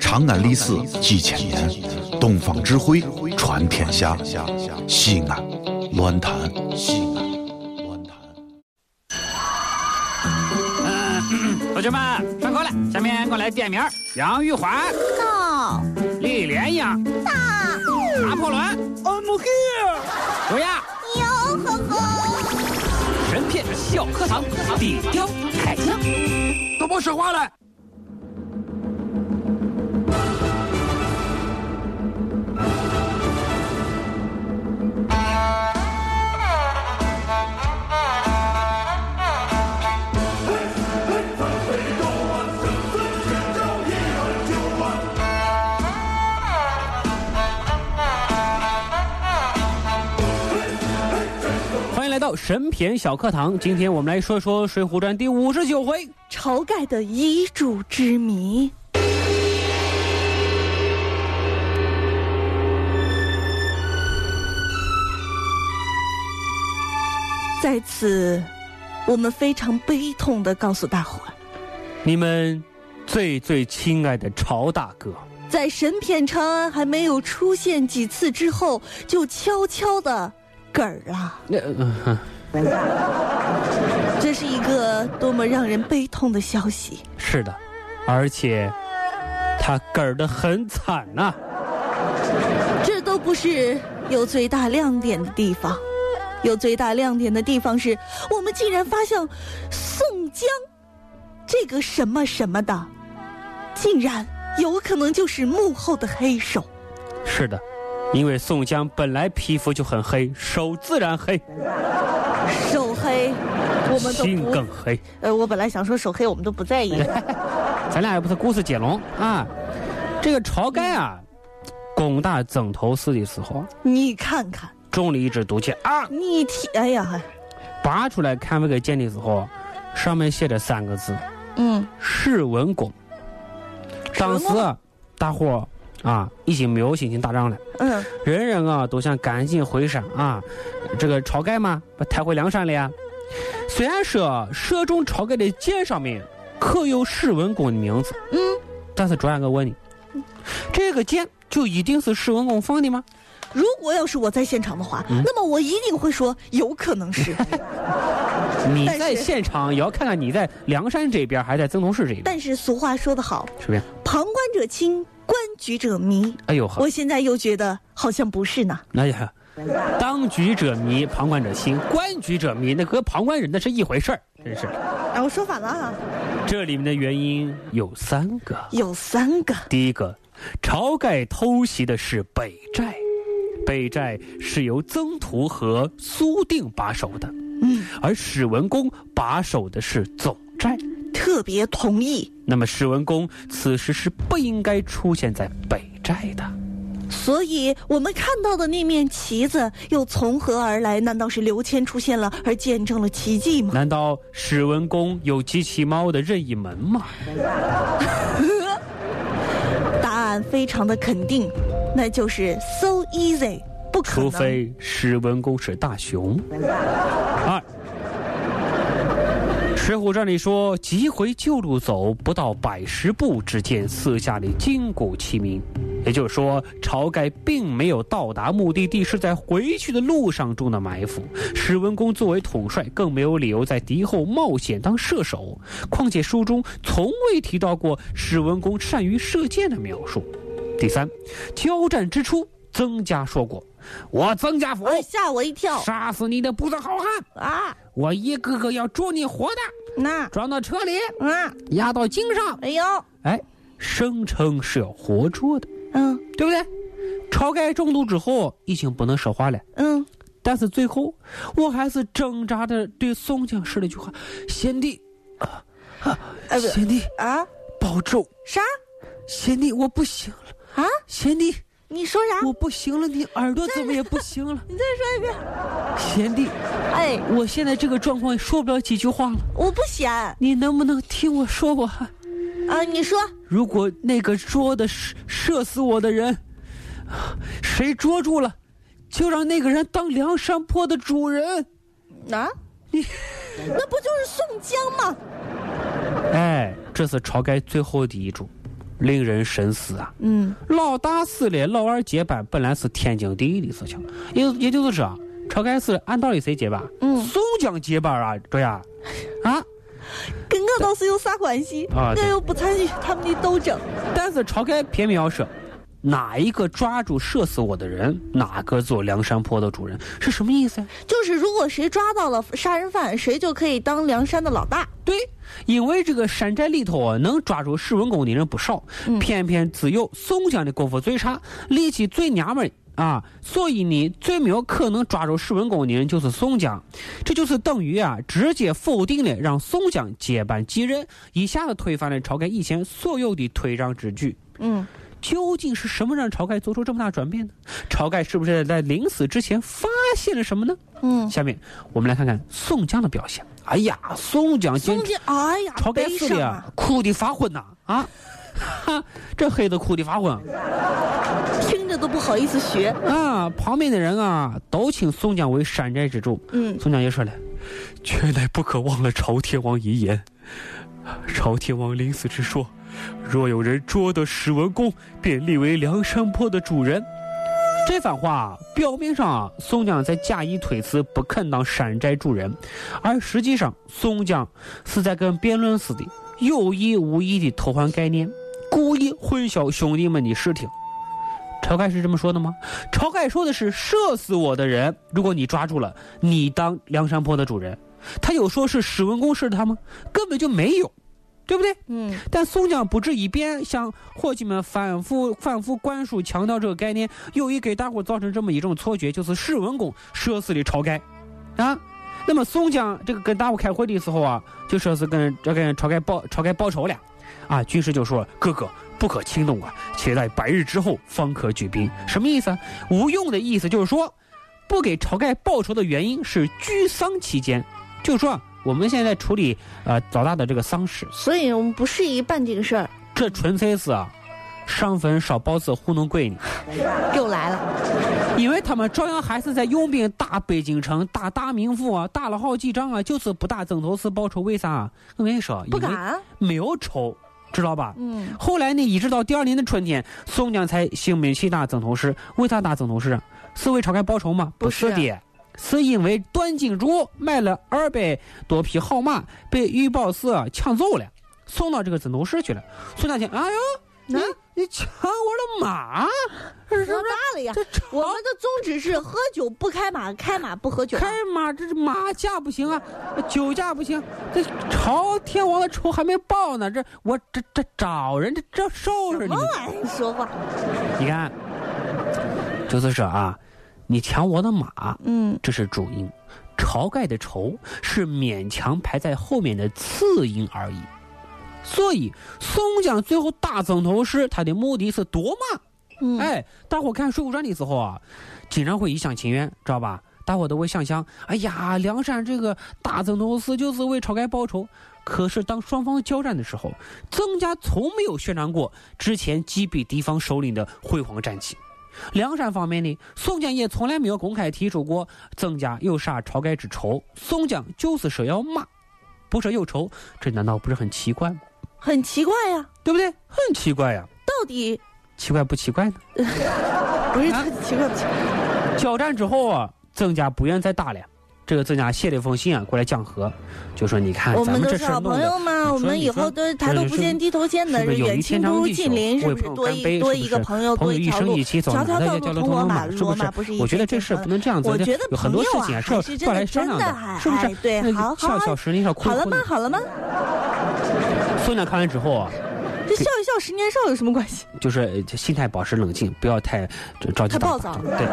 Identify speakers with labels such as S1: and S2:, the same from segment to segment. S1: 长安历史几千年，东方智慧传天下。西安，乱谈西安，乱谈。
S2: 同学们上课了，下面我来点名：杨玉环、
S3: 到
S2: 李莲英、
S3: 大
S2: 拿破仑、I'm 哦 here，卓雅、
S3: 哟呵呵，
S2: 神片小课堂，低调开讲，都别说话了。欢迎来到神片小课堂，今天我们来说说《水浒传》第五十九回。
S4: 晁盖的遗嘱之谜。在此，我们非常悲痛的告诉大伙儿，
S2: 你们最最亲爱的晁大哥，
S4: 在神片长安还没有出现几次之后，就悄悄的嗝儿了。
S2: 那、呃
S4: 这是一个多么让人悲痛的消息！
S2: 是的，而且他嗝儿的很惨呐、
S4: 这都不是有最大亮点的地方，有最大亮点的地方是我们竟然发现宋江这个什么什么的，竟然有可能就是幕后的黑手。
S2: 是的，因为宋江本来皮肤就很黑，手自然黑，
S4: 手黑，我们都
S2: 心
S4: 不
S2: 更黑。
S4: 呃，我本来想说手黑，我们都不在意。
S2: 咱俩也不是故事接龙啊。这个晁盖啊，攻打曾头市的时候
S4: 你看看，
S2: 中了一支毒箭啊，
S4: 你提，哎呀，
S2: 拔出来看那个箭的时候，上面写着三个字
S4: 嗯，
S2: “史文恭”。当时啊大伙儿啊已经没有心情打仗了，
S4: 嗯，
S2: 人人啊都想赶紧回山啊。这个晁盖嘛，把抬回梁山了呀。虽然说射中晁盖的箭上面刻有史文恭的名字，嗯，但是卓然哥问你，这个箭就一定是史文恭放的吗？
S4: 如果要是我在现场的话，
S2: 嗯
S4: 那么我一定会说有可能 是。
S2: 你
S4: 但
S2: 在
S4: 是
S2: 现场也要看看你在梁山这边还是在曾头市这边，
S4: 但是俗话说得好，
S2: 是不是？
S4: 旁观者清，观局者迷。
S2: 哎呦呵
S4: 我，现在又觉得好像不是呢。
S2: 哎呀，当局者迷，旁观者清；观局者迷，那和旁观人那是一回事儿，真是。
S4: 啊，我说反了啊，
S2: 这里面的原因有三个，
S4: 有三个。
S2: 第一个，晁盖偷袭的是北寨，北寨是由曾涂和苏定把守的，
S4: 嗯，
S2: 而史文恭把守的是总寨。
S4: 特别同意。
S2: 那么史文恭此时是不应该出现在北寨的。
S4: 所以我们看到的那面旗子又从何而来？难道是刘谦出现了而见证了奇迹吗？
S2: 难道史文恭有机器猫的任意门吗？
S4: 答案非常的肯定，那就是 so easy，不可
S2: 除
S4: 能。
S2: 非史文恭是大熊。二，《水浒传》里说：“急回旧路走，不到百十步，只见四下里金鼓齐鸣。”也就是说，晁盖并没有到达目的地，是在回去的路上中的埋伏。史文恭作为统帅，更没有理由在敌后冒险当射手。况且书中从未提到过史文恭善于射箭的描述。第三，交战之初，曾家说过：“我曾家府
S4: 哎，吓我一跳
S2: 杀死你的不是好汉，
S4: 啊！
S2: 我一个个要捉你活的，
S4: 那
S2: 装到车里，
S4: 啊，
S2: 押到京上。
S4: 哎呦，
S2: 哎，声称是要活捉的，
S4: 嗯
S2: 对不对？晁盖中毒之后已经不能说话了，
S4: 嗯，
S2: 但是最后我还是挣扎着对宋江说了一句话：“贤弟，
S4: 哎不
S2: 贤弟
S4: 啊
S2: 保重，
S4: 啥
S2: 贤弟我不行了，
S4: 啊？
S2: 贤弟
S4: 你说啥？
S2: 我不行了，你耳朵怎么也不 行了，
S4: 你再说一遍。
S2: 贤弟，
S4: 哎，
S2: 我现在这个状况说不了几句话了，
S4: 我不嫌。
S2: 你能不能听我说完？”
S4: 啊，你说
S2: 如果那个捉的射射死我的人，谁捉住了，就让那个人当梁山泊的主人。
S4: 啊？
S2: 你
S4: 那不就是宋江吗？
S2: 哎，这是晁盖最后的遗嘱，令人神死啊！
S4: 嗯
S2: 老大是的，老二结拜本来是天经地义的事情，也也就是说，超开始按道理谁结拜？
S4: 嗯，
S2: 宋江结拜啊，对呀、啊，
S4: 跟我倒是有啥关系？
S2: 啊
S4: 我
S2: 对
S4: 又不参与他们的斗争。
S2: 但是晁盖偏偏要说，哪一个抓住射死我的人，哪个做梁山泊的主人，是什么意思呀、
S4: 就是如果谁抓到了杀人犯，谁就可以当梁山的老大。
S2: 对，因为这个山寨里头啊，能抓住史文恭的人不少，
S4: 嗯
S2: 偏偏只有宋江的功夫最差，力气最娘们儿啊，所以呢，最没有可能抓住史文恭的人就是宋江，这就是等于啊，直接否定了让宋江接班继任，一下子推翻了晁盖以前所有的推让之举。
S4: 嗯，
S2: 究竟是什么让晁盖做出这么大转变呢？晁盖是不是在临死之前发现了什么呢？
S4: 嗯，
S2: 下面我们来看看宋江的表现。哎呀，宋江今
S4: 宋江，哎呀，
S2: 晁盖
S4: 悲
S2: 死
S4: 伤
S2: 的
S4: 啊
S2: 啊，哭的发昏呐啊！ 哈，这黑子哭的发昏
S4: 啊听着都不好意思学。
S2: 啊！旁边的人啊，都请宋江为山寨之主。
S4: 嗯，
S2: 宋江也说了：“绝乃不可忘了朝天王遗言。朝天王临死之说，若有人捉得史文恭，便立为梁山泊的主人。”这番话表面上啊，宋江在假意推辞，不肯当山寨主人，而实际上，宋江是在跟辩论似的，有意无意的偷换概念，故意混淆兄弟们的视听。晁盖是这么说的吗？晁盖说的是射死我的人，如果你抓住了，你当梁山泊的主人。他有说是史文恭射的他吗？根本就没有，对不对？
S4: 嗯，
S2: 但宋江不止一遍向伙计们反复、反复灌输、强调这个概念，有意给大伙造成这么一种错觉，就是史文恭射死了晁盖，啊。那么宋江这个跟大伙开会的时候啊，就说是跟要跟晁盖报晁盖报仇了，啊，军师就说哥哥不可轻动啊，且待百日之后方可举兵。什么意思啊？吴用的意思就是说，不给晁盖报仇的原因是居丧期间，就是说啊我们现在处理呃老大的这个丧事，
S4: 所以我们不适宜办这个事儿。
S2: 这纯粹是啊，上坟烧包子糊弄鬼呢，
S4: 又来了，
S2: 因为他们照样还是在用兵打北京城、打大名府啊，打了好几仗啊，就是不打曾头市报仇，为啥啊？我跟你说，
S4: 不
S2: 因为
S4: 敢。啊
S2: 没有仇，知道吧？
S4: 嗯，
S2: 后来呢，一直到第二年的春天，宋江才兴兵去打曾头市。为啥打曾头市啊？是为晁盖报仇吗？
S4: 不是
S2: 是的，是因为段景柱买了二百多匹好马，被玉宝寺啊抢走了，送到这个曾头市去了。宋江听，哎呦，你
S4: 啊
S2: 你抢我的马，
S4: 说大了呀。
S2: 这
S4: 我们的宗旨是喝酒不开马，开马不喝酒。
S2: 开马这是马驾不行啊，酒驾不行，这朝天王的仇还没报呢，这我这这找人这这收拾
S4: 什
S2: 你
S4: 么
S2: 们。
S4: 玩意儿说话？
S2: 你看，就是说啊，你抢我的马，
S4: 嗯
S2: 这是主因；晁盖的仇是勉强排在后面的次因而已。所以，宋江最后打曾头市，他的目的是夺马。
S4: 嗯，
S2: 哎，大伙看《水浒传》的时候啊，经常会一厢情愿，知道吧？大伙都会想象，哎呀，梁山这个大曾头市就是为晁盖报仇。可是当双方交战的时候，曾家从没有宣传过之前击毙敌方首领的辉煌战绩。梁山方面呢，宋江也从来没有公开提出过曾家有杀晁盖之仇，宋江就是说要骂，不说有仇，这难道不是很奇怪吗？
S4: 很奇怪啊呀，
S2: 对不对？很奇怪呀、
S4: 到底
S2: 奇怪不奇怪呢？
S4: 不是
S2: 啊
S4: 奇怪不奇怪？
S2: 交战之后啊，曾家不愿再打了。这个曾家写了一封信啊，过来讲和，就说你看
S4: 我
S2: 咱
S4: 们都
S2: 这
S4: 是
S2: 事儿
S4: 好
S2: 弄
S4: 朋友
S2: 的，
S4: 嘛，我们以后都是抬头不见低头见的，
S2: 是不是有
S4: 远
S2: 一
S4: 亲不
S2: 天长
S4: 如
S2: 地久
S4: 近邻，是
S2: 为
S4: 不是
S2: 朋友
S4: 多
S2: 干
S4: 一
S2: 杯
S4: 多
S2: 是不
S4: 一个
S2: 是
S4: 朋友，多
S2: 朋友
S4: 一
S2: 一
S4: 条
S2: 生
S4: 路
S2: 一。起走，
S4: 条条
S2: 大
S4: 道
S2: 家
S4: 路
S2: 交流
S4: 通
S2: 罗
S4: 罗
S2: 马，
S4: 马，
S2: 是不
S4: 罗
S2: 是
S4: 马？不是一
S2: 我觉得
S4: 天天
S2: 这事儿
S4: 上
S2: 不能这样，
S4: 我
S2: 咱
S4: 觉
S2: 这
S4: 得
S2: 有很多事
S4: 朋友
S2: 情
S4: 啊
S2: 啊，是要
S4: 还是真
S2: 过
S4: 的
S2: 来商量
S4: 真的还
S2: 是不是
S4: 哎？对
S2: 那
S4: 好好
S2: 笑笑十年少，哭
S4: 好了
S2: 哭
S4: 吗？
S2: 的。
S4: 好了吗？
S2: 孙亮看完之后啊，
S4: 这笑一笑，十年少有什么关系？
S2: 就是呃心态保持冷静，不要太着着急
S4: 太
S2: 打
S4: 暴
S2: 打
S4: 躁
S2: 仗对，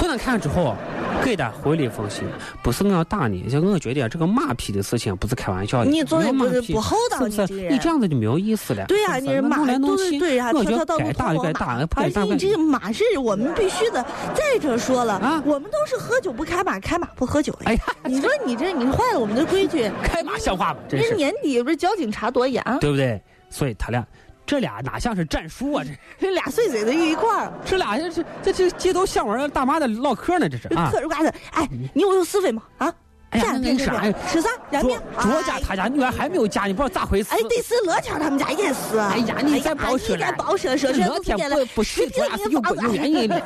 S2: 孙亮看完之后啊，给他回了一封信，不是我要打你，就我觉得啊这个马屁的事情不是开玩笑的。
S4: 你做
S2: 不
S4: 的
S2: 要
S4: 不
S2: 马
S4: 是
S2: 屁
S4: 不厚道，
S2: 是不
S4: 你这
S2: 是
S4: 个？
S2: 你
S4: 人
S2: 这。样子就没有意思了。
S4: 对呀、
S2: 是不
S4: 你
S2: 是
S4: 是马
S2: 弄来弄
S4: 对
S2: 去，
S4: 对对呀、
S2: 我
S4: 条
S2: 觉
S4: 条
S2: 得
S4: 道路
S2: 该
S4: 通
S2: 打就
S4: 罗
S2: 该
S4: 马
S2: 打，不该
S4: 而且
S2: 打
S4: 哎
S2: 不
S4: 你
S2: 该
S4: 这个马是我们必须的。再者说了，
S2: 啊
S4: 我们都是喝酒不开马，开马不喝酒的。
S2: 哎呀，
S4: 你说你这哎你坏了我们的规矩。
S2: 开马像话吗？真
S4: 这
S2: 是，
S4: 年底不是交警查多严啊？
S2: 对不对？所以他俩这俩哪像是战书啊？这
S4: 这俩碎嘴子遇一块儿，
S2: 这俩这是这这街头巷尾儿大妈的唠嗑呢？这是
S4: 这
S2: 啊
S4: 嗑！着瓜子。哎，你有有思维吗？啊，
S2: 哎呀，
S4: 炸
S2: 那
S4: 面
S2: 那
S4: 对
S2: 啥
S4: 面
S2: 呀？
S4: 十三燃面
S2: 卓。卓家他家女儿还没有嫁，你不知道咋回事
S4: 哎？，第四罗桥他们家也是。哎
S2: 呀你再不好说
S4: 你再
S2: 了
S4: 不好说说，这
S2: 昨天
S4: 给
S2: 不
S4: 了
S2: 不是
S4: 十
S2: 昨天
S4: 平
S2: 是
S4: 米
S2: 又
S4: 房
S2: 滚又
S4: 子。
S2: 圆一脸。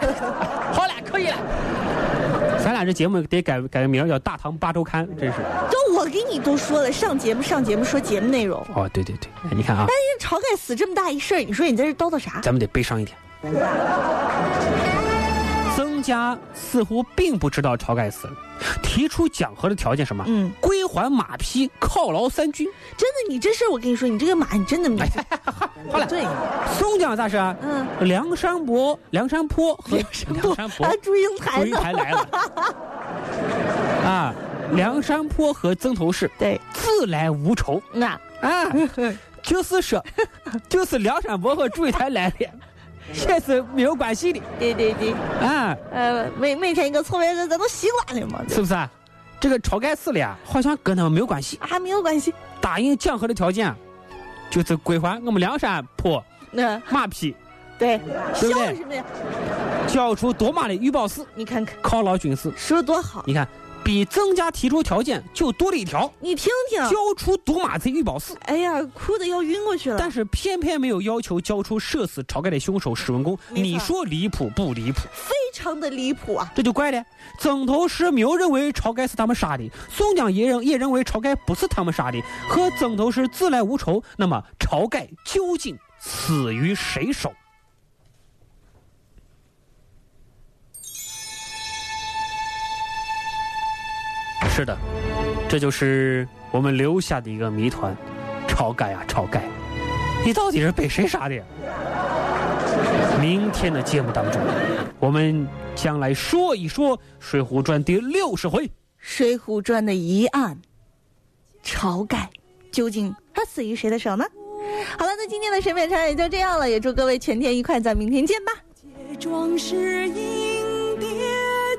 S2: 好了，可以了。咱俩这节目得改改个名儿叫《大唐八周刊》，真是。
S4: 这我给 你都说了，上节目上节目说节目内容。
S2: 哦，对对对，哎你看啊，
S4: 但是晁盖死这么大一事儿，你说你在这叨叨啥？
S2: 咱们得悲伤一点。曾家似乎并不知道晁盖死了，提出讲和的条件是什么？
S4: 嗯，
S2: 归还马匹，犒劳三军。
S4: 真的，你这事儿我跟你说，你这个马你真的没
S2: 哎好了
S4: 对，
S2: 松江咋是啊？
S4: 嗯，
S2: 梁山伯、梁山坡和梁
S4: 不
S2: 山
S4: 啊
S2: 伯，哎
S4: 祝英台
S2: 祝英
S4: 呢？
S2: 台来了 啊！梁山坡和曾头市
S4: 对，
S2: 自来无仇
S4: 那
S2: 啊，就 是说，就是梁山伯和祝英台来了，这是没有关系的
S4: 对对对，
S2: 啊，
S4: 呃，每每天一个错别字，咱都习惯了嘛。
S2: 是不是啊？这个晁盖死了呀，好像跟他们没有关系，
S4: 啊，没有关系。
S2: 答应讲和的条件，啊就是归还我们梁山坡
S4: 那、
S2: 马匹，
S4: 对，
S2: 对不
S4: 笑
S2: 对
S4: 什么呀？
S2: 交出夺马的余宝寺，
S4: 你看看，
S2: 犒劳军士。
S4: 说多好，
S2: 你看，比曾家提出条件就多了一条，
S4: 你听听。
S2: 交出毒马贼玉宝寺，
S4: 哎呀，哭的要晕过去了。
S2: 但是偏偏没有要求交出射死晁盖的凶手史文恭。
S4: 没错
S2: 你说离谱不离谱？
S4: 非常的离谱啊！
S2: 这就怪了，曾头市没有认为晁盖是他们杀的，宋江也认也认为晁盖不是他们杀的，和曾头市自来无仇。那么晁盖究竟死于谁手？是的，这就是我们留下的一个谜团。晁盖啊，晁盖，你到底是被谁杀的呀？明天的节目当中，我们将来说一说《水浒传》第六十回。
S4: 《水浒传》的疑案，晁盖究竟他死于谁的手呢？好了，那今天的审美茶也就这样了，也祝各位全天愉快，咱们明天见吧。
S5: 壮士饮喋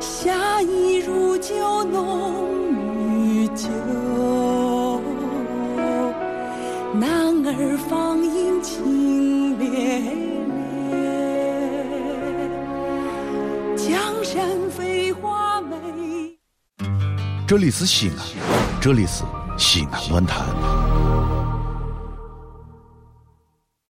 S5: 喋，侠义如酒浓于酒。男儿芳吟情烈烈，江山飞花美。
S1: 这里是西安，这里是西安论坛。